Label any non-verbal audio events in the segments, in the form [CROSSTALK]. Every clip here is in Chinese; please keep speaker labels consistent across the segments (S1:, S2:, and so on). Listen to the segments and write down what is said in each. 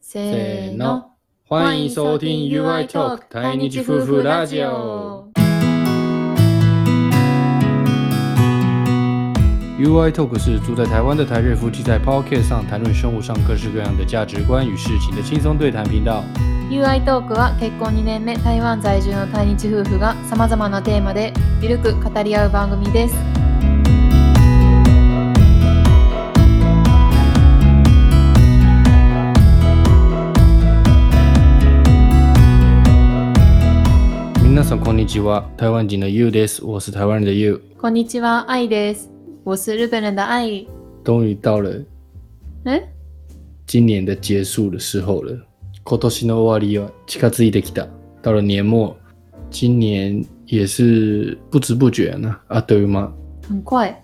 S1: せ
S2: せ
S1: ー
S2: ー
S1: の
S2: の。
S1: 欢迎收听 UI Talk 台日夫婦ラジオ。UI Talk 是住在台湾的台日夫妻在 Pocket 上谈论生活上各式各样的价值观与事情的轻松对谈频道。
S2: UI トークは結婚2年目台湾在住の対日夫婦がさまざまなテーマでゆるく語り合う番組です。
S1: 皆さんこんにちは，台湾人的 You です，我是台湾人的 You。
S2: こんにちは、愛です。我是日本人的愛。
S1: 终于到了
S2: え
S1: 今年的结束的时候了。今年の終わりは近づいてきた。到了年末，今年也是不知不觉呢。啊，对吗？
S2: 很快。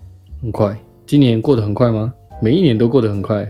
S1: 很快，今年过得很快吗？每一年都过得很快，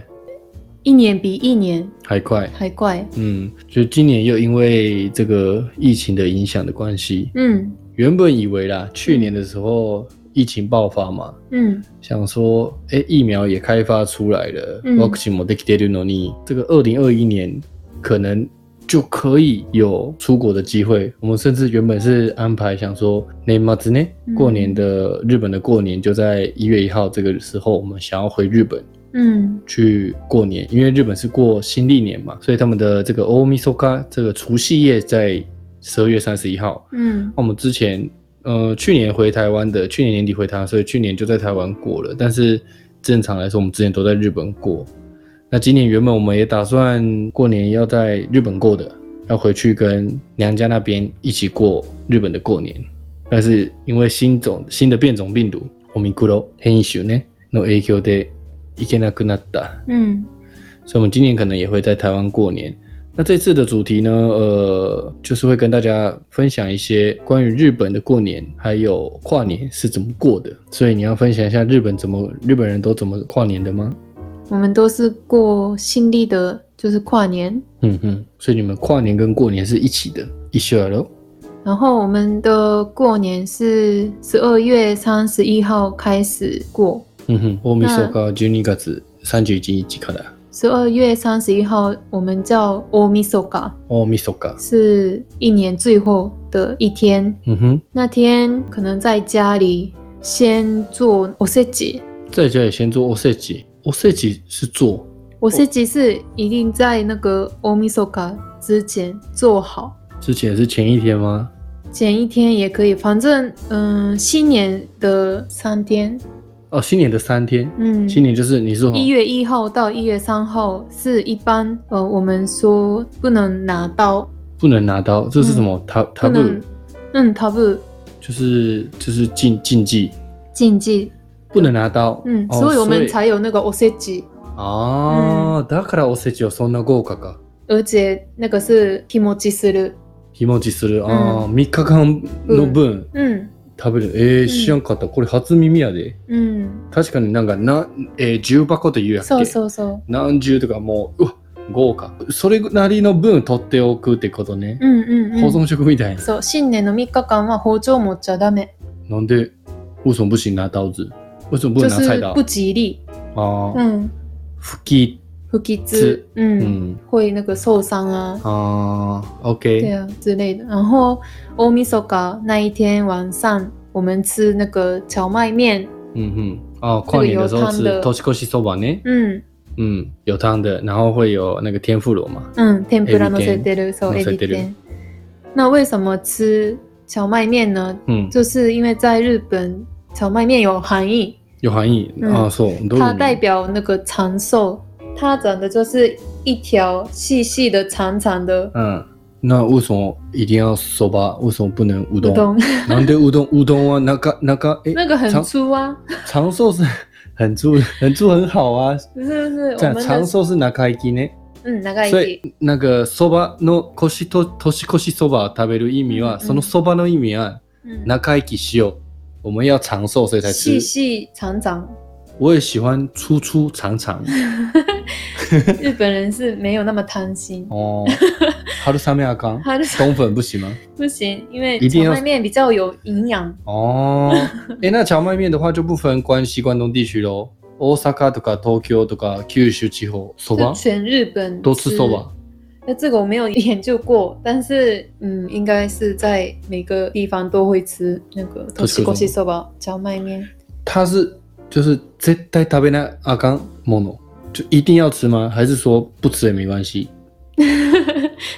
S2: 一年比一年
S1: 还快。
S2: 还快。
S1: 嗯，就今年又因为这个疫情的影响的关系，
S2: 嗯
S1: 原本以为啦，去年的时候疫情爆发嘛，
S2: 嗯
S1: 想说，哎、疫苗也开发出来了
S2: 嗯
S1: ，vaccine もできてるのに，这个二零二一年可能就可以有出国的机会。我们甚至原本是安排想说，年末呢，
S2: 嗯
S1: 过年的日本的过年就在一月一号这个时候，我们想要回日本
S2: 嗯
S1: 去过年，因为日本是过新历年嘛，所以他们的这个 o m i s o k a 这个除夕夜在十二月三十一号。
S2: 嗯
S1: 那我们之前呃去年回台湾的，去年年底回台湾，所以去年就在台湾过了。但是正常来说，我们之前都在日本过。那今年原本我们也打算过年要在日本过的，要回去跟娘家那边一起过日本的过年。但是因为新种新的变种病毒 Omicron 変異種ねの影響で行けなくなった。
S2: 嗯
S1: 所以我们今年可能也会在台湾过年。那这次的主题呢，呃，就是会跟大家分享一些关于日本的过年，还有跨年是怎么过的。所以你要分享一下日本怎么日本人都怎么跨年的吗？
S2: 我们都是过新历的，就是跨年。
S1: 嗯哼，所以你们跨年跟过年是一起的，一起来喽。
S2: 然后我们的过年是十二月三十一号开始过，
S1: 嗯哼，我们说到12月三十一日から。
S2: 十二月三十一号我们叫 Omisoka，
S1: 哦，みそか。
S2: 是一年最后的一天。
S1: 嗯哼，
S2: 那天可能在家里先做 oseji。
S1: 在家里先做おせち。おせち是做，
S2: 我是集是一定在那个 Omisoka 之前做好，
S1: 之前是前一天吗？
S2: 前一天也可以，反正嗯，新年的三天，
S1: 哦，新年的三天。
S2: 嗯，
S1: 新年就是你说
S2: 一月一号到一月三号是一般呃，我们说不能拿刀，
S1: 不能拿刀，这是什么？他他
S2: 不
S1: 不
S2: 能，嗯，tabu
S1: 就是就是禁禁忌，
S2: 禁忌，
S1: 不能拿刀。
S2: 嗯，
S1: 哦
S2: 所以我们才有那个 oseji，
S1: 啊，だからおせちはそんな豪華か。
S2: 而且那个是 kimochi suru，
S1: 日持ちする。ああ、三日間の分
S2: 嗯
S1: 食べる。
S2: ん
S1: えー、知らんかった。これ初耳やで。
S2: 嗯，
S1: 確かになんかな、えー、重箱というやっ
S2: そう
S1: け。
S2: そうそう，
S1: 何重とかもう、うわ、豪華。それなりの分取っておくってことね。
S2: 嗯嗯
S1: 保
S2: 嗯。
S1: 存食みたいな。
S2: そう新年の3日間は包丁持っちゃダメ。
S1: なんで、为什么不行拿刀子？为什么不
S2: 就
S1: 能拿菜
S2: 是
S1: 刀
S2: 不？吉利。
S1: ああ、
S2: 嗯，
S1: 不吉。
S2: 不吉之
S1: 是，う
S2: 嗯，
S1: ん。
S2: 会那个受伤啊，
S1: 啊
S2: 对
S1: ，OK，
S2: 啊之类的。然后欧米索嘎那一天晚上，我们吃那个荞麦面，
S1: 嗯哼，哦，跨年的时候
S2: 那
S1: 吃
S2: 个有汤的
S1: Toshikoshi soba 呢，
S2: 嗯
S1: 嗯，有汤的，然后会有那个天妇罗嘛，
S2: 嗯，天ぷらのせ
S1: エビ
S2: てる，そうエ
S1: 乗せ
S2: ビ
S1: てる
S2: 天。那为什么吃荞麦面呢？
S1: 嗯，
S2: 就是因为在日本，荞麦面有含义，
S1: 有含义
S2: 嗯
S1: 啊，そう、う
S2: 它代
S1: いう意
S2: 表那个长寿。它长的就是一条细细的、长长的
S1: 味嗯，那为什么一定要 soba？为什么不能乌
S2: 不
S1: 冬？
S2: 懂， [LAUGHS]
S1: なんで乌冬？乌冬は那个那个，哎，
S2: 那个很
S1: 长
S2: 粗啊，
S1: 长寿是 [LAUGHS] 很粗，很粗很好啊，
S2: 是不是？[LAUGHS] 我
S1: 这样
S2: 们
S1: 长
S2: 的
S1: 寿是那开机呢？
S2: 嗯，長
S1: 所
S2: 生
S1: 以
S2: き。
S1: 那个 soba の腰と年越し soba 食べる意味
S2: 嗯
S1: は、
S2: 嗯
S1: その soba の意味は。
S2: 嗯
S1: 中一起しよう。我们要长寿，所以才吃
S2: 细。细长长，
S1: 我也喜欢粗粗长长。。
S2: 日本人是没有那么贪心
S1: [LAUGHS] 哦，哈鲁萨面阿刚，
S2: 他就
S1: 冬粉不行吗？
S2: 不行，因为
S1: 一定
S2: 荞
S1: 要
S2: 麦面比较有营养。
S1: [LAUGHS] 哦，哎，那荞麦面的话就不分关西、关东地区喽。大阪とか東京とか九州地方、そ
S2: 就
S1: ば
S2: 全日本
S1: 都吃そば。
S2: 那这个我没有研究过，但是嗯，应该是在每个地方都会吃那个
S1: 都吃
S2: toshi
S1: 过
S2: koshi soba 荞麦面。
S1: 它是就是絶対食べないあかんもの，就一定要吃吗？还是说不吃也没关系？
S2: [LAUGHS]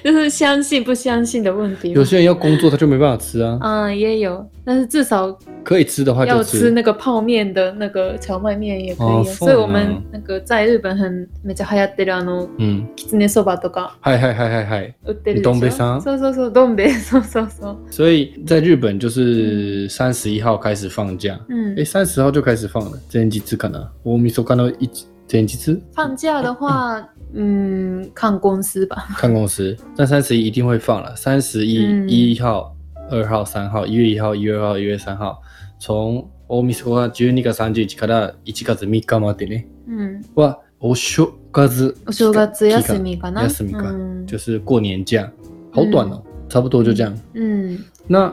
S2: 就是相信不相信的问题嘛。
S1: 有些人要工作他就没办法吃啊，
S2: 嗯也有，但是至少
S1: 可以吃的话
S2: 要
S1: 就
S2: 吃那个泡面的那个荞麦面也可以、
S1: 哦
S2: 啊。
S1: そう
S2: 所
S1: な
S2: 以
S1: の
S2: 我们那个在日本很めっちゃ流行ってるあの
S1: 嗯，
S2: きつねそばとか
S1: 嗨嗨嗨嗨嗨。
S2: 売ってるでしょ。
S1: どん兵衛さ
S2: [LAUGHS]
S1: ん
S2: そうそうそう、どん兵衛、そうそうそう。
S1: 所以在日本就是三十一号开始放假，
S2: 嗯
S1: 诶，，三十号就开始放了。前日かな？我みそかの一前日
S2: 放假的话，嗯，看公司吧。
S1: 看公司，但三十一一定会放了。三十
S2: 嗯
S1: 一一号、二号、三号，一月一号、一月二号、一月三号，从大晦日は12月31日から1月3日までね
S2: 嗯，
S1: はお正月
S2: お正月休みかな。
S1: 休みか
S2: 嗯
S1: 就是过年假，好短哦，差不多就这样。
S2: 嗯
S1: 那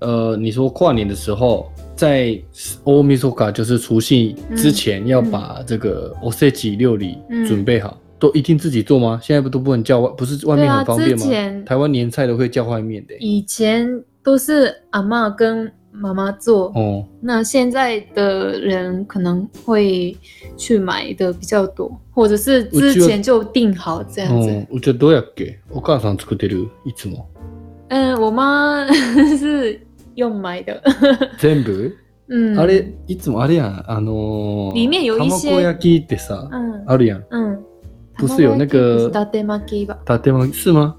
S1: 呃，你说跨年的时候，在欧米索卡就是除夕之前要把这个 o s e j i 料理准备好，都一定自己做吗？现在不都不能叫外，不是外面很方
S2: 对啊
S1: 便
S2: 之
S1: 吗？
S2: 前
S1: 台湾年菜都会叫外面的、
S2: 以前都是阿嬷跟妈妈做，
S1: 哦，
S2: 那现在的人可能会去买的比较多，或者是之前就订好这样子。
S1: 嗯，我觉得都要给我母さん作ってるいつも
S2: 嗯，我妈是用买的，
S1: 全部、
S2: 嗯，
S1: あれいつもあれやんあのー、
S2: 里面有一些
S1: 卵焼きってさ、
S2: 嗯
S1: あるやん。
S2: 嗯，
S1: 不是有那个
S2: 大爹妈鸡吧？
S1: 打电话是吗？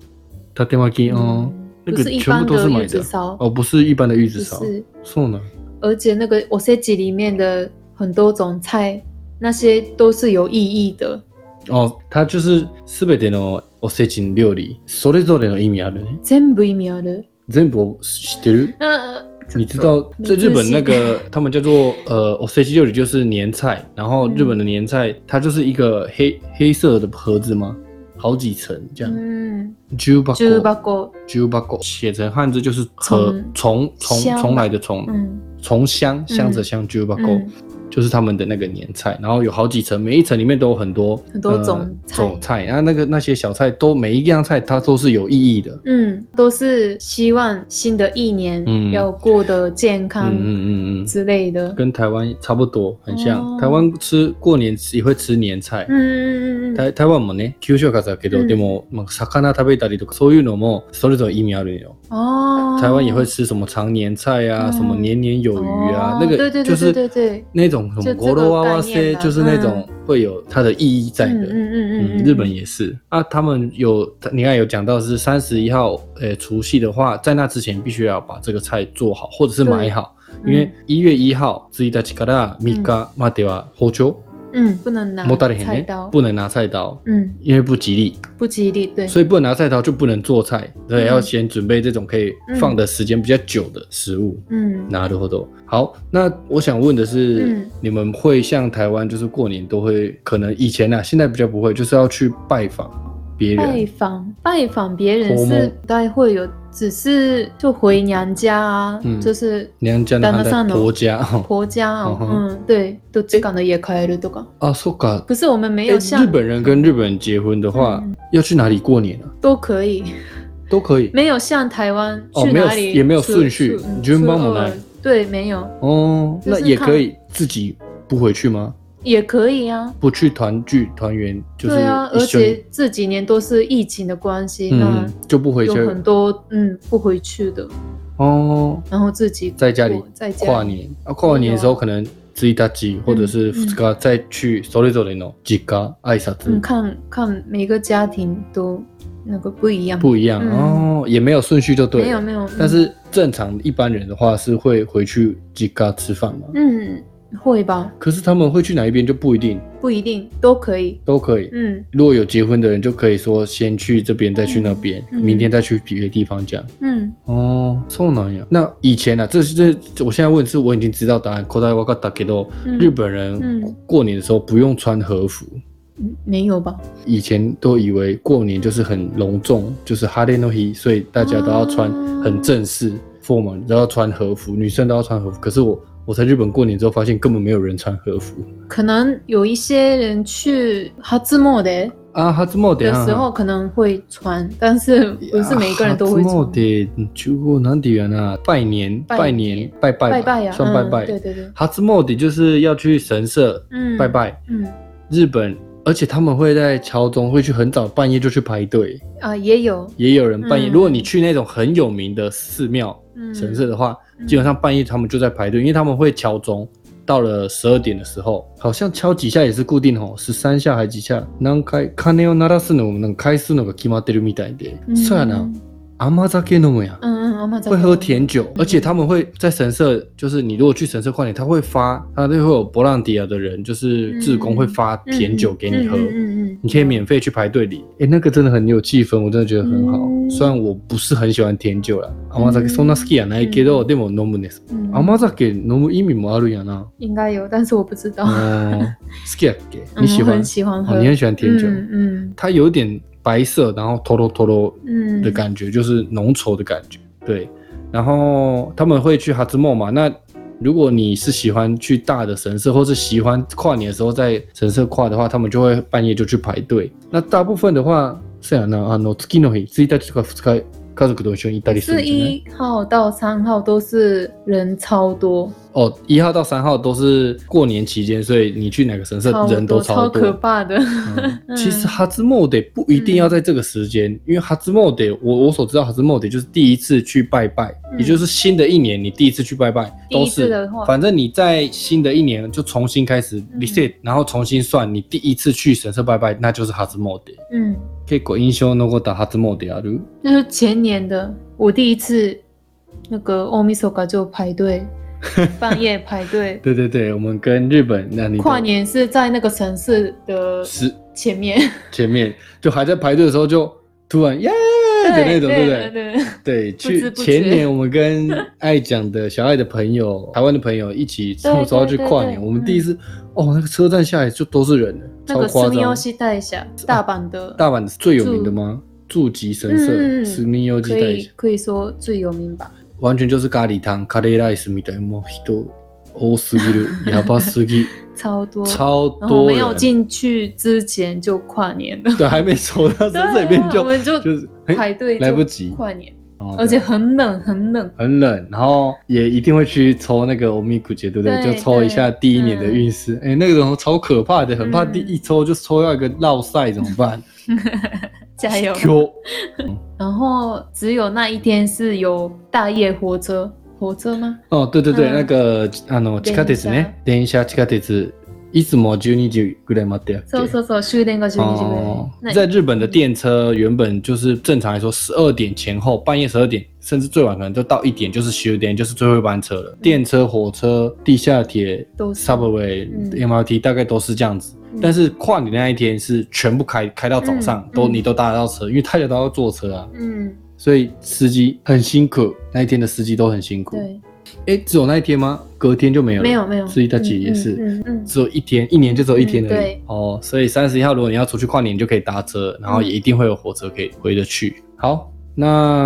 S1: 打电话给哦，那
S2: 不
S1: 个
S2: 是一
S1: 全
S2: 般
S1: 部都
S2: 的
S1: 是买
S2: 玉子
S1: 的
S2: 烧，
S1: 哦，不是一般的玉
S2: 就
S1: 子烧，
S2: 是，
S1: 送的。
S2: 而且那个 o s e j i 里面的很多种菜，那些都是有意义的。
S1: 哦，它就是すべてのおせち哦料理、それぞれの意味あ啊るね。
S2: 全部意味ある。
S1: 全部知ってる？
S2: 那
S1: 你知道
S2: 没
S1: 在日
S2: 自
S1: 本
S2: 信 [LAUGHS]
S1: 那个他们叫做呃おせち料理就是年菜，然后日本的年菜
S2: 嗯
S1: 它就是一个黑黑色的盒子吗？好几层这样。
S2: 嗯，
S1: 重箱
S2: 重箱，
S1: 重箱写成汉字就是和从从
S2: 箱
S1: 从来的从
S2: 嗯
S1: 从香
S2: 嗯
S1: 香着香重箱。
S2: 嗯
S1: 就是他们的那个年菜，然后有好几层，每一层里面都有很多
S2: 很多种
S1: 呃
S2: 菜
S1: 种菜，然后那个那些小菜都每一样菜它都是有意义的。
S2: 嗯，都是希望新的一年
S1: 嗯
S2: 要过得健
S1: 嗯
S2: 康
S1: 嗯嗯
S2: 之类的。
S1: 嗯，跟台湾差不多，很像。
S2: 哦
S1: 台湾吃过年也会吃年菜。
S2: 嗯嗯嗯嗯
S1: 台台湾もね、給食だけど、
S2: 嗯
S1: でもまあ魚食べたりとかそういうのもそれぞれ意味あるよ。
S2: 嗯，哦，
S1: 台湾也会吃什么常年菜啊，
S2: 嗯
S1: 什么年年有余啊，
S2: 哦
S1: 那
S2: 对
S1: 个
S2: 对对
S1: 就是
S2: 对对对
S1: 那种什
S2: 就
S1: 么
S2: 这个
S1: 国罗哇哇
S2: 概念
S1: 塞，
S2: 啊
S1: 就是那种会有它的意义在的。
S2: 嗯嗯嗯
S1: 嗯，
S2: 嗯，
S1: 日本也是啊，他们有你看有讲到是三十一号，呃，除夕的话，在那之前必须要把这个菜做好，或者是买好，
S2: 嗯
S1: 因为一月一号1日から3日までは包丁
S2: 嗯不能拿
S1: 持たれへん
S2: 菜
S1: ね
S2: 刀，，
S1: 不能拿菜刀，
S2: 嗯
S1: 因为不吉利，
S2: 不吉利，对，嗯
S1: 所以不能拿菜刀就不能做菜，所以要先准备这种可以放的时间比较久的食物。
S2: 嗯
S1: 拿るほど。好，那我想问的是，
S2: 嗯
S1: 你们会像台湾，就是过年都会，可能以前啊，现在比较不会，就是要去拜访别
S2: 拜
S1: 人。
S2: 访拜访别人
S1: 婆
S2: 是
S1: 母
S2: 不太会有，只是就回娘家啊，
S1: 嗯
S2: 就是
S1: 娘家
S2: 旦那
S1: 那
S2: さん
S1: 的
S2: の
S1: 婆家哦
S2: 婆家啊
S1: 嗯，哼
S2: 嗯对，都只搞的也可以了，都搞。
S1: 啊，そうか。
S2: 不是我们没
S1: 诶
S2: 有像嗯
S1: 日本人跟日本人结婚的话，要去哪里过年啊？
S2: 都可以， [LAUGHS]
S1: 都可以
S2: 没有像台湾
S1: 哦
S2: 去
S1: 没有
S2: 哪里
S1: 也没有
S2: 初
S1: 顺序
S2: 初嗯
S1: 你觉得帮我
S2: 初二
S1: 来
S2: 对，没有
S1: 哦。
S2: 就是
S1: 那也可以自己不回去吗？
S2: 也可以啊。
S1: 不去团聚团圆，就是
S2: 对啊，而
S1: 一緒に
S2: 且这几年都是疫情的关系，
S1: 嗯就不
S2: 那
S1: 回
S2: 有
S1: 去
S2: 啊很多嗯不回去的，
S1: 哦。
S2: 然后自己
S1: 在家里
S2: 过在家里
S1: 跨年
S2: 哦
S1: 啊，跨完年的时候可能1日
S2: 嗯
S1: 或者是2日再去それぞれの実家挨
S2: 嗯
S1: 拶，
S2: 看看每个家庭都那个不一样，
S1: 不一样
S2: 嗯
S1: 哦，也没有顺序就对了。
S2: 没有没有，嗯
S1: 但是正常一般人的话是会回去吉嘎吃饭嘛？
S2: 嗯会吧，
S1: 可是他们会去哪一边就不一定，
S2: 不一定都可以，
S1: 都可以。
S2: 嗯
S1: 如果有结婚的人，就可以说先去这边，再去那边，
S2: 嗯
S1: 明天再去别的地方这样。
S2: 嗯
S1: 哦，そうなんや。那以前啊，这是这这我现在问是我已经知道答案。答えわかったけど、
S2: 嗯
S1: 日本人
S2: 嗯
S1: 过年的时候不用穿和服。
S2: 嗯没有吧，
S1: 以前都以为过年就是很隆重，就是哈雷诺伊，所以大家都要穿很正式、formal，都要穿和服，女生都要穿和服。可是我我在日本过年之后，发现根本没有人穿和服。
S2: 可能有一些人去哈兹莫的
S1: あ初詣
S2: 的时候可能会穿，但是不是每一个人都会
S1: 初
S2: 穿。
S1: 詣嗯中国なんて言うかな啊拜年
S2: 拜
S1: 拜
S2: 年
S1: 年拜拜
S2: 拜
S1: 吧
S2: 拜呀、
S1: 算拜
S2: 嗯，
S1: 拜。
S2: 对对对，
S1: 初詣就是要去神社
S2: 嗯，
S1: 拜，拜。
S2: 嗯
S1: 日本，而且他们会在桥中会去很早半夜就去排队，
S2: 啊、也有，
S1: 也有人半夜。
S2: 嗯
S1: 如果你去那种很有名的寺庙
S2: 嗯，
S1: 神社的话，
S2: 嗯
S1: 基本上半夜他们就在排队，因为他们会敲钟，到了十二点的时候，好像敲几下也是固定吼，哦十三下还几下。何回鐘を鳴らすのの回数のが決まってるみたいで。
S2: 嗯
S1: そうやな，甘酒飲むやん。
S2: 嗯嗯，阿妈在
S1: 啊会喝甜酒，而且他们会在神社，就是你如果去神社跨年，他会发，他就会有博朗迪亚的人，就是志工会发甜酒给你喝，
S2: 嗯嗯嗯，
S1: 你可以免费去排队领。诶，那个真的很有气氛，我真的觉得很好。
S2: 嗯
S1: 虽然我不是很喜欢甜酒啦，甘酒そんな好きじゃないけど、でも飲むんです。
S2: 嗯，
S1: 甘酒飲む意味もあるんやな。
S2: 应该有，但是我不知道。
S1: 嗯，好きやっけ？
S2: 嗯
S1: 你喜
S2: 我
S1: 欢
S2: 很？喜欢喝，
S1: 哦，你很喜欢甜酒。
S2: 嗯
S1: 它有点白色，然后トロトロ
S2: 嗯嗯
S1: 的感觉，就是浓稠的感觉。对，然后他们会去哈兹莫嘛？那如果你是喜欢去大的神社，或是喜欢跨年的时候在神社跨的话，他们就会半夜就去排队。那大部分的话，是啊，那あの月の日、一日とか二日、家族と一緒にいたりする
S2: 是
S1: んじゃない
S2: 一号到三号都是人超多，
S1: 哦，一号到三号都是过年期间，所以你去哪个神社
S2: 超
S1: 人都
S2: 多
S1: 超
S2: 超
S1: 多。
S2: 可怕的。
S1: 嗯 [LAUGHS] 其实哈兹莫德不一定
S2: 嗯
S1: 要在这个时间，因为哈兹莫德，我我所知道哈兹莫德就是第一次去拜拜，
S2: 嗯
S1: 也就是新的一年你第一次去拜拜
S2: 第一
S1: 都
S2: 次
S1: 是
S2: 的话，嗯
S1: 反正你在新的一年就重新开始 reset，、然后重新算你第一次去神社拜拜，那就是哈兹莫德。
S2: 嗯，
S1: 結構印象残った初詣ある？
S2: 那是前年的，我第一次那个欧米索卡就排队，半夜排队。
S1: 对对对，我们跟日本那 [LAUGHS] 你的
S2: 跨年是在那个城市的
S1: 是
S2: 前面，
S1: 前面就还在排队的时候就突然耶的那
S2: 对
S1: 种， [LAUGHS] 对不
S2: 对
S1: 对？
S2: 对，
S1: 对，
S2: 知
S1: 去
S2: 不
S1: 前
S2: 觉
S1: 年我们跟爱讲的小爱的朋
S2: [LAUGHS]
S1: 友，台湾的朋友一起什么时候去跨
S2: 对对
S1: 年？
S2: 对对
S1: 我们第一次，哦，那个车站下来就都是人了，
S2: 那个斯
S1: 超夸
S2: 密欧
S1: 张。啊
S2: 西带一下，大阪的，
S1: 大阪最有名的吗？住吉神
S2: 嗯嗯
S1: 社，
S2: 嗯
S1: 斯密尤吉
S2: 可
S1: 代
S2: 以，可以说最有名吧。
S1: 完全就是咖喱汤、咖喱 rice みたいな、もう人多すぎる、やばすぎ、
S2: 超多，
S1: 超
S2: 然 [LAUGHS] 后我
S1: 多
S2: 们要
S1: 人。
S2: 进去之前就跨年
S1: [LAUGHS]
S2: 了，
S1: 对，还没走到神社里面
S2: 对啊我
S1: 就
S2: 们就
S1: 就是嘿
S2: 排队就
S1: 来不及，
S2: 跨年，
S1: 哦
S2: 而且
S1: 对
S2: 很冷很冷，
S1: 很冷，然后也一定会去抽那个欧米古节，对不对？
S2: 对
S1: 就抽一下第一年的运势。哎、那个人超可怕的，很怕
S2: 嗯
S1: 第一抽就抽到一个绕赛，怎么
S2: [LAUGHS]
S1: 办？
S2: 加油！
S1: 就
S2: 然后只有那一天是有大夜火车，火车吗？
S1: 哦，对对对，
S2: 嗯
S1: 那个あの地
S2: 電車
S1: 下鉄ね、電車地下鉄いつも12時ぐらいまでやっけ。
S2: そうそうそう、終電が12時ぐらい。
S1: 哦
S2: 那，
S1: 在日本的电车原本就是正常来说，十二点前后，半夜十二点，甚至最晚可能就到一点，就是休点，就是最后一班车
S2: 嗯
S1: 了。电车、火车、地下铁、
S2: 都是
S1: subway、
S2: 嗯
S1: MRT 大概都是这样子。
S2: 嗯
S1: 但是跨年那一天是全部开，开到早上、
S2: 嗯
S1: 都
S2: 嗯
S1: 你都搭得到车，因为大家都要坐车啊，
S2: 嗯，
S1: 所以司机很辛苦。那一天的司机都很辛苦。
S2: 对，
S1: 哎，只有那一天吗？隔天就没有了？
S2: 没有没有，
S1: 司机大姐也是。
S2: 嗯嗯嗯
S1: 只有一天，一年就只有一天而
S2: 嗯
S1: 已。
S2: 对
S1: 哦，所以三十一号如果你要出去跨年，你就可以搭车，然后也一定会有火车可以回得去。好，那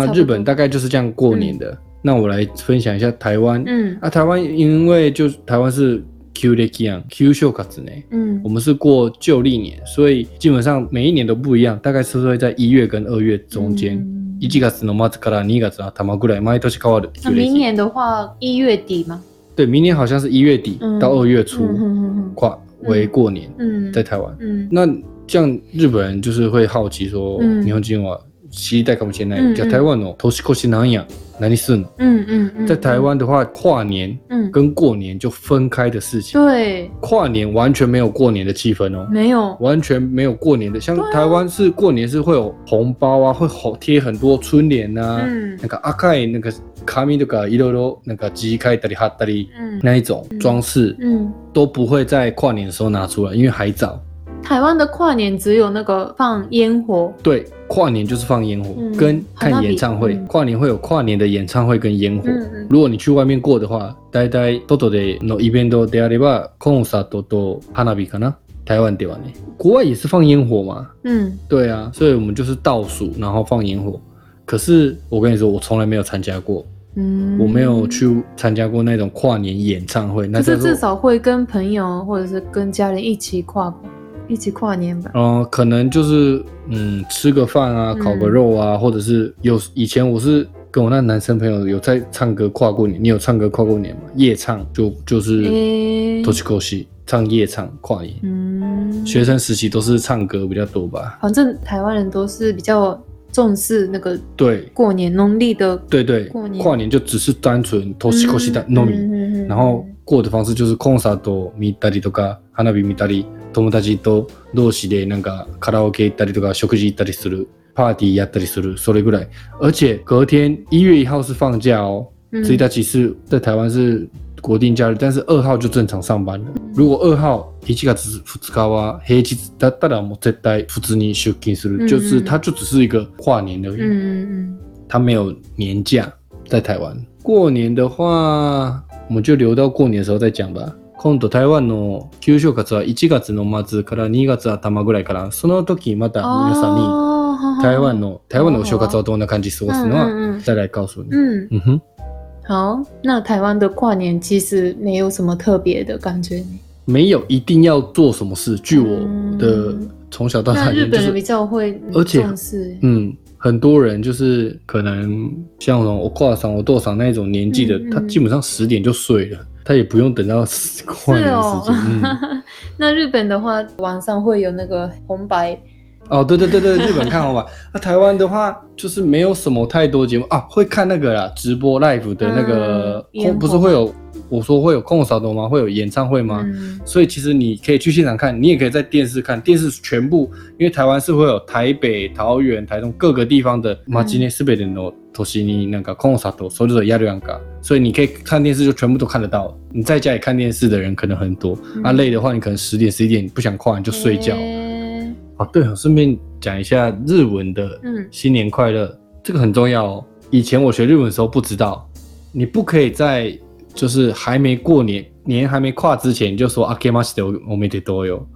S2: 嗯差不多
S1: 日本大概就是这样过年的。那我来分享一下台湾。
S2: 嗯
S1: 啊，台湾因为就是台湾是 Q 历啊 i a n Q 秀卡子呢，
S2: 嗯
S1: 我们是过旧历年，所以基本上每一年都不一样，大概是会在一月跟二月中间。
S2: 嗯
S1: 一月の末から二月の頭ぐらい毎年変わる。
S2: 那明年的话，一月底嘛，
S1: 对，明年好像是一月底
S2: 嗯
S1: 到二月初
S2: 嗯嗯
S1: 跨为过年，
S2: 嗯嗯，
S1: 在台湾。
S2: 嗯
S1: 那这样日本人就是会好奇说，
S2: 嗯
S1: 日本人は知りたいかもしれな
S2: 嗯
S1: い。じゃあ台湾の年越しなんや？何すんの？
S2: 嗯嗯嗯，
S1: 在台湾的话，跨年
S2: 嗯，嗯，
S1: 跟过年就分开的事情。
S2: 对，
S1: 跨年完全没有过年的气氛哦，
S2: 没有，
S1: 完全没有过年的。像
S2: 对啊
S1: 台湾是过年是会有红包啊，会红贴很多春联啊，
S2: 嗯
S1: 那个赤い那个紙とかいろいろなんか字書いたり貼ったり
S2: 嗯
S1: 那一种装饰
S2: 嗯，
S1: 都不会在跨年的时候拿出来，因为还早。
S2: 台湾的跨年只有那个放烟火，
S1: 对，跨年就是放烟火，
S2: 嗯
S1: 跟看演唱会。
S2: 花火嗯
S1: 跨年会有跨年的演唱会跟烟火。
S2: 嗯嗯
S1: 如果你去外面过的话，大体外でのイベントであればコンサートと花火かな。台湾ではね，国外也是放烟火嘛。
S2: 嗯，
S1: 对啊，所以我们就是倒数，然后放烟火。可是我跟你说，我从来没有参加过，
S2: 嗯，
S1: 我没有，去参加过那种跨年演唱会。那
S2: 可
S1: 叫
S2: 是
S1: 做
S2: 至少会跟朋友或者是跟家人一起跨过，一起跨年吧。
S1: 嗯、可能就是嗯，吃个饭啊，烤个肉啊，或者是有以前我是跟我那男生朋友有在唱歌跨过年，你有唱歌跨过年吗？夜唱就就是
S2: 诶
S1: t o c h i k o s h 唱夜唱跨年。
S2: 嗯，
S1: 学生时期都是唱歌比较多吧？
S2: 反正台湾人都是比较重视那个
S1: 对
S2: 过年农历的
S1: 对对，
S2: 过年
S1: 跨年就只是单纯 t o c h i k o s h だ
S2: 嗯
S1: のみ。
S2: 嗯嗯嗯
S1: 然后过的方式就是コンサートを見たりとか花火見たり友達と同士でなんかカラオケ行ったりとか食事行ったりするパーティーやったりするそれぐらい而且隔天一月一号是放假哦
S2: 嗯
S1: 1日是在台湾是国定假日但是二号就正常上班了如果二号1月2日は平日だったらもう絶対普通に出勤す
S2: 嗯
S1: る就是它就只是一个跨年而已
S2: 嗯嗯
S1: 它没有年假，在台湾。过年的话，我们就留到过年的时候再讲吧。今度台湾の旧正月は1月の末から2月頭ぐらいから、その時また
S2: 嗯，
S1: 皆さんに
S2: 哦好好
S1: 台湾の台湾のお正月
S2: 好
S1: は
S2: 啊
S1: どんな感じ過ごす
S2: 嗯嗯
S1: のは
S2: 嗯
S1: 再来告诉你。
S2: 嗯
S1: 嗯哼，
S2: 好，那台湾的跨年其实没有什么特别的感觉呢。
S1: 没有一定要做什么事。据我的
S2: 嗯
S1: 从小到大
S2: 那日
S1: 研究
S2: 本
S1: 是
S2: 人比较会
S1: 而且
S2: 重视，
S1: 嗯，很多人就是可能像那种我挂上我多上那一种年纪的，
S2: 嗯嗯
S1: 他基本上十点就睡了，他也不用等到跨
S2: 是
S1: 年的
S2: 哦。
S1: 时间。嗯，
S2: [LAUGHS] 那日本的话，晚上会有那个红白，
S1: 哦，对对对对，日本看好吧。 [LAUGHS] 那、台湾的话，就是没有什么太多节目啊，会看那个啦，直播 live 的那个，
S2: 嗯
S1: 空
S2: 烟火
S1: 不是会有我说会有空少的吗？会有演唱会吗？
S2: 嗯
S1: 所以其实你可以去现场看，你也可以在电视看，电视全部，因为台湾是会有台北、桃园、台中各个地方的马吉内斯北的诺都西尼那个コンサート所有的亚安卡，所以你可以看电视就全部都看得到。你在家里看电视的人可能很多，啊累的话你可能十点十一点你不想跨你就睡觉。
S2: 嗯诶
S1: 啊，对哦，顺便讲一下日文的
S2: 嗯
S1: 新年快乐，这个很重要哦。以前我学日文的时候不知道，你不可以在就是还没过年，年还没跨之前你就说 a k e m a s t e o m e d e d o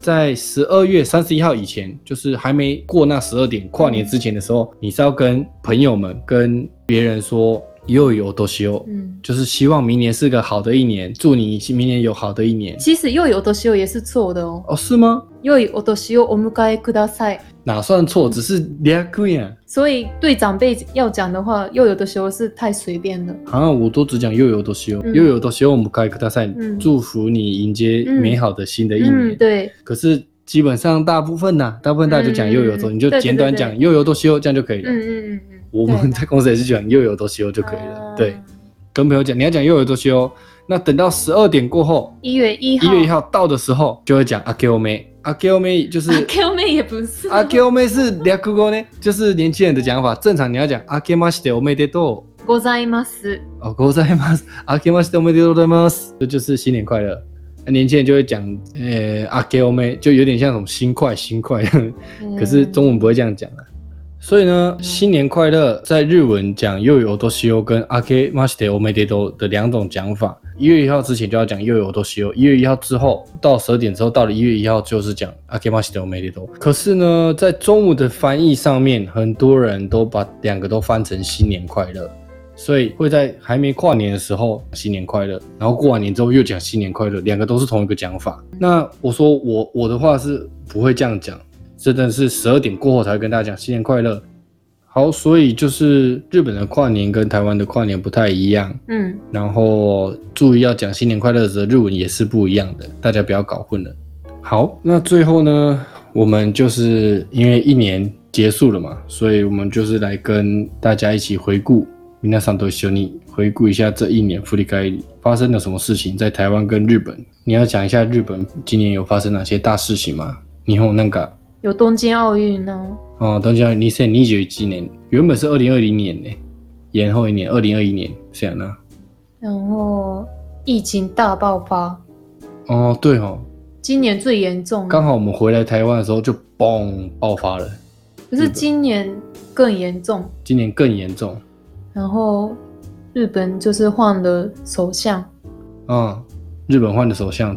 S1: 在十二月三十一号以前，就是还没过那十二点跨年之前的时候，你是要跟朋友们、跟别人说又有多西欧，
S2: 嗯，
S1: 就是希望明年是个好的一年，祝你明年有好的一年。
S2: 其实又有的时候也是错的哦。
S1: 哦，是吗？
S2: 又有的时候我们该ください。
S1: 哪算错？只是 l a k u
S2: 所以对长辈要讲的话，又有的时候是太随便了。
S1: 啊，我都只讲又有多希望，
S2: 嗯
S1: 又有多希望我们开克大赛
S2: 嗯，
S1: 祝福你迎接美好的新的一
S2: 嗯，
S1: 年。
S2: 对，
S1: 可是基本上大部分呐、大部分大家就讲又有多，
S2: 嗯
S1: 你就简短
S2: 对
S1: 讲又有多希望这样就可以了。
S2: 嗯嗯嗯嗯，
S1: 我们在公司也是讲又有多希望就
S2: 就
S1: 可以了。对，跟朋友讲你要讲又有多希望，那等到十二点过后，
S2: 一月一
S1: 一
S2: 号，
S1: 月一号到的时候就会讲阿 Q 妹，阿 Q 妹就是
S2: 阿 Q 妹也不是
S1: 阿 Q 妹是略过呢，就是年轻人的讲法。正常你要讲阿 Q ましておめでとう。
S2: [LAUGHS] ございます。
S1: 哦，ございます。あけましておめでとうございます。这就是新年快乐。那年轻人就会讲，呃，あけおめ，就有点像什么新快新快，可是中文不会这样讲啊。所以呢，新年快乐在日文讲又有多西欧跟あけましておめでとう的两种讲法。一月一号之前就要讲又有多西欧，一月一号之后到十二点之后，到了一月一号就是讲あけましておめでとう。可是呢，在中文的翻译上面，很多人都把两个都翻成新年快乐。所以会在还没跨年的时候新年快乐，然后过完年之后又讲新年快乐，两个都是同一个讲法。那我说我我的话是不会这样讲，真的是十二点过后才会跟大家讲新年快乐。好，所以就是日本的跨年跟台湾的跨年不太一样，
S2: 嗯，
S1: 然后注意要讲新年快乐的时候，日文也是不一样的，大家不要搞混了。好，那最后呢，我们就是因为一年结束了嘛，所以我们就是来跟大家一起回顾，皆さんと一緒に回顾一下这一年福利该发生了什么事情，在台湾跟日本。你要讲一下日本今年有发生哪些大事情吗？日本なんか
S2: 有东京奥运呢。
S1: 哦，东京2021年原本是2020年呢，延后一年，2021年这样啊呢？
S2: 然后疫情大爆发，
S1: 哦，对哦，
S2: 今年最严重，
S1: 刚好我们回来台湾的时候就嘣爆发了，
S2: 可是今年更严重。
S1: 今年更严重。
S2: 然后日本就是换了首相，
S1: 嗯，日本换的首相，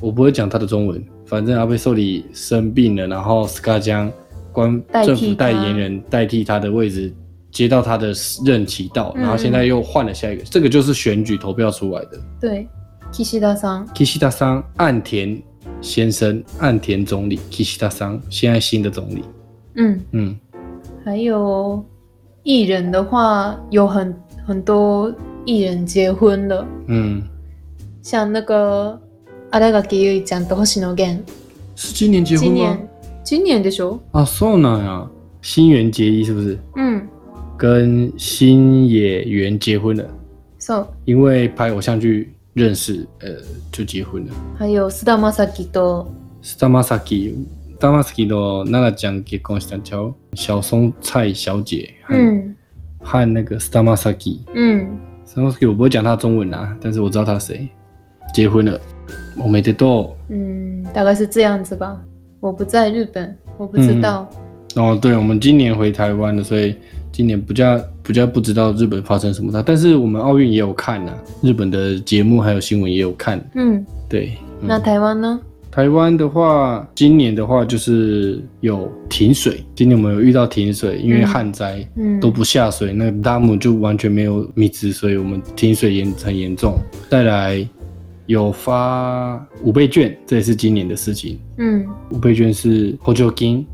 S1: 我不会讲他的中文，反正阿贝受理生病了，然后斯卡江官
S2: 代替
S1: 政府代
S2: 他
S1: 言人代替他的位置，接到他的任期到，
S2: 嗯
S1: 然后现在又换了下一个，这个就是选举投票出来的。
S2: 对，岸田さん，
S1: 岸田さん、岸田先生岸田总理 Kishida 桑，现在新的总理。
S2: 嗯，
S1: 嗯，
S2: 还有艺人的话，有很很多艺人结婚了，
S1: 嗯，
S2: 像那个阿拉嘎基友讲的星野源，
S1: 是今年结婚
S2: 今
S1: 吗？
S2: 年今年的时候，
S1: 啊，そうなんや。新垣结衣是不是
S2: 嗯，
S1: 跟新野原结婚了？
S2: そう。
S1: 因为拍偶像剧认识，呃，就结婚了。
S2: 还有菅田将暉と
S1: スタマサキ、スタマサキの奈々ちゃん結婚したんちゃう？小松菜小姐和、
S2: 嗯
S1: 和那个スタマサキ
S2: 嗯
S1: 然后我不会讲他中文啊，但是我知道他是谁，结婚了。我没得到
S2: 嗯，大概是这样子吧。我不在日本，我不知道。
S1: 哦，对，我们今年回台湾了，所以今年比较比较不知道日本发生什么事，但是我们奥运也有看呐、日本的节目还有新闻也有看。
S2: 嗯，
S1: 对，嗯
S2: 那台湾呢？
S1: 台湾的话，今年的话就是有停水，今年我们有遇到停水，因为
S2: 嗯
S1: 旱灾
S2: 嗯，
S1: 都不下水，那个大姆就完全没有米子，所以我们停水严很严重。再来有发五倍券，这也是今年的事情。
S2: 嗯
S1: 五倍券是后就金，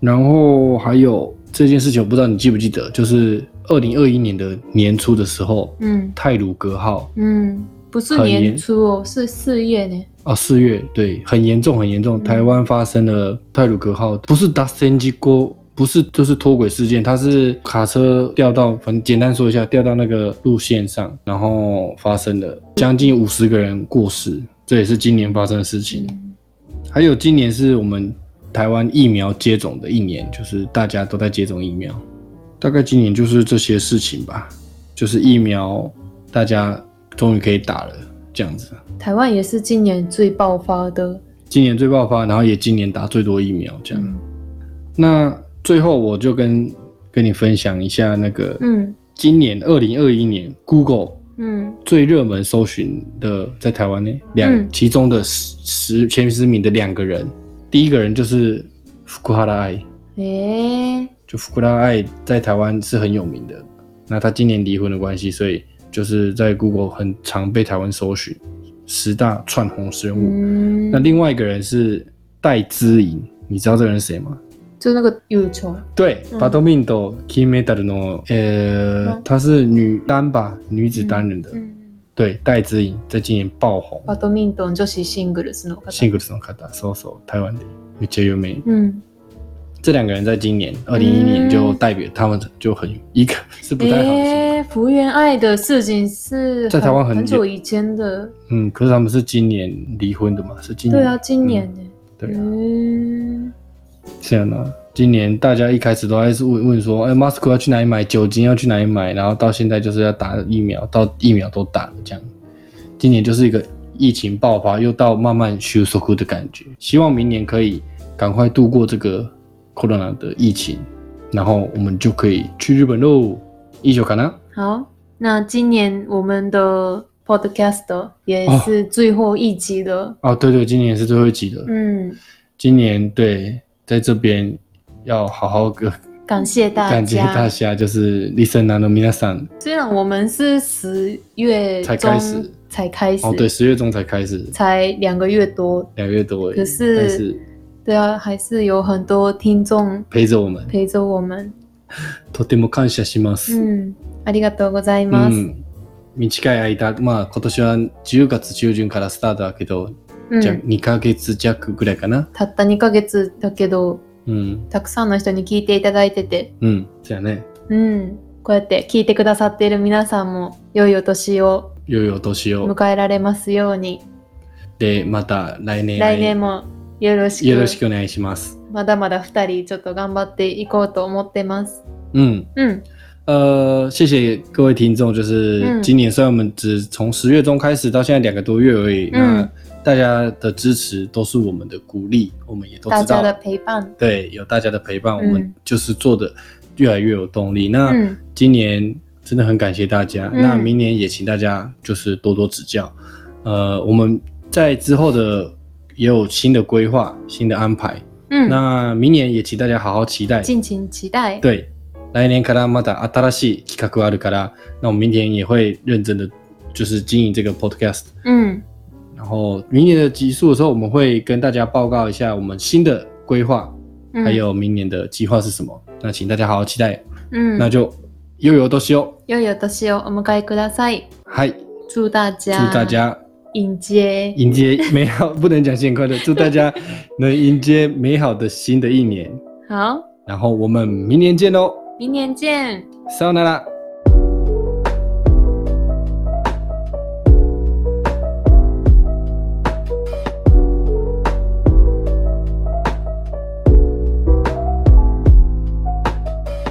S1: 然后还有这件事情，我不知道你记不记得，就是二零二一年的年初的时候，
S2: 嗯
S1: 泰鲁格号
S2: 嗯，不是
S1: 很严
S2: 年初哦，是四月呢。
S1: 啊，四月对，很严重，很严重，
S2: 嗯
S1: 台湾发生了泰鲁格号，不是达森机锅。不是，就是脱轨事件，它是卡车掉到，反正简单说一下，掉到那个路线上，然后发生了将近五十个人过世，这也是今年发生的事情。
S2: 嗯
S1: 还有今年是我们台湾疫苗接种的一年，就是大家都在接种疫苗。大概今年就是这些事情吧，就是疫苗大家终于可以打了，这样子。
S2: 台湾也是今年最爆发的。
S1: 今年最爆发，然后也今年打最多疫苗，这样。
S2: 嗯
S1: 那最后我就跟跟你分享一下那个，
S2: 嗯
S1: 今年二零二一年 Google
S2: 嗯
S1: 最热门搜寻的在台湾呢，两、
S2: 嗯
S1: 其中的十十前十名的两个人，第一个人就是福库哈拉爱，
S2: 诶、
S1: 就福库拉爱在台湾是很有名的。那他今年离婚的关系，所以就是在 Google 很常被台湾搜寻十大串红人物。
S2: 嗯
S1: 那，另外一个人是戴资颖，你知道这个人是谁吗？
S2: 就那个羽球，
S1: 对，
S2: 嗯
S1: 巴多明斗 k i m e d a l の呃
S2: 嗯，
S1: 她是女单吧，女子单人的。
S2: 嗯，
S1: 对，戴资颖在今年爆红。
S2: バドミントン女子シングルスの方。
S1: シングルスの方、そうそう、台湾的めっちゃ有名。
S2: 嗯，
S1: 这两个人在今年二零一年就代表他们就很一个是不太好的新闻，
S2: 诶、福原爱的事情是
S1: 在台湾很
S2: 很久以前的，
S1: 嗯，可是他们是今年离婚的嘛，是今年嗯
S2: 对啊，今年呢、
S1: 对啊，
S2: 嗯，
S1: 这样啊。今年大家一开始都还是问问说，哎、m a s k 要去哪里买酒精，要去哪里买，然后到现在就是要打疫苗，到疫苗都打了这样。今年就是一个疫情爆发，又到慢慢修缩的感觉。希望明年可以赶快度过这个 corona 的疫情，然后我们就可以去日本喽。一九卡纳，
S2: 好，那今年我们的 podcast 也是最后一集了。
S1: 哦，对对，今年是最后一集了。
S2: 嗯，
S1: 今年对，在这边要好好个
S2: 感谢大
S1: 感谢
S2: 家。
S1: 大家，就是 listener の皆さん。
S2: 虽然我们是十月
S1: 才
S2: 中
S1: 开始
S2: 才开始，
S1: 哦，对，十月中才开始，
S2: 才两个月多，
S1: 两个月多而已，
S2: 可是
S1: 但是
S2: 对啊，还是有很多听众
S1: 陪着我们，
S2: 陪着我们。
S1: とても感謝します。
S2: 嗯，ありがとうございうます。
S1: ん短い間、まあ今年は10月中旬からスタートだけど、
S2: うん
S1: じゃあ2ヶ月弱ぐらいかな。
S2: たった2ヶ月だけど、
S1: うん。
S2: たくさんの人に聞いていただいてて、
S1: うん。じゃあね、
S2: うん、こうやって聞いてくださっている皆さんも良いお年を
S1: 良いお年を。
S2: 迎えられますように、
S1: で、また来年
S2: 来年もよろしく
S1: よろしくお願いします。
S2: まだまだ2人ちょっと頑張っていこうと思ってます。
S1: うん。
S2: うん、
S1: 呃，谢谢各位听众，就是
S2: 嗯
S1: 今年虽然我们只从十月中开始到现在两个多月而
S2: 嗯
S1: 已，那大家的支持都是我们的鼓励，我们也都
S2: 大
S1: 知
S2: 家
S1: 道
S2: 的陪伴。
S1: 对，有大家的陪伴，
S2: 嗯
S1: 我们就是做的越来越有动力。那
S2: 嗯
S1: 今年真的很感谢大家，
S2: 嗯
S1: 那明年也请大家就是多多指教。呃，我们在之后的也有新的规划、新的安排，
S2: 嗯，
S1: 那明年也请大家好好期待。
S2: 敬请期待。
S1: 对，来年からまた新しい企画あるから，那我们明年也会认真的就是经营这个 podcast，
S2: 嗯，
S1: 然后明年的集数的时候，我们会跟大家报告一下我们新的规划，
S2: 嗯
S1: 还有明年的计划是什么。那请大家好好期待。
S2: 嗯，
S1: 那就悠悠都休，
S2: 良いお年をお迎えください。
S1: 嗨，
S2: 祝大家
S1: 祝大家
S2: 迎接
S1: 迎接美好，不能讲新年快
S2: [LAUGHS]
S1: 乐，祝大家能迎接美好的新的一年。
S2: 好，
S1: 然后我们明年见喽，哦
S2: 明年见。
S1: 撒那拉。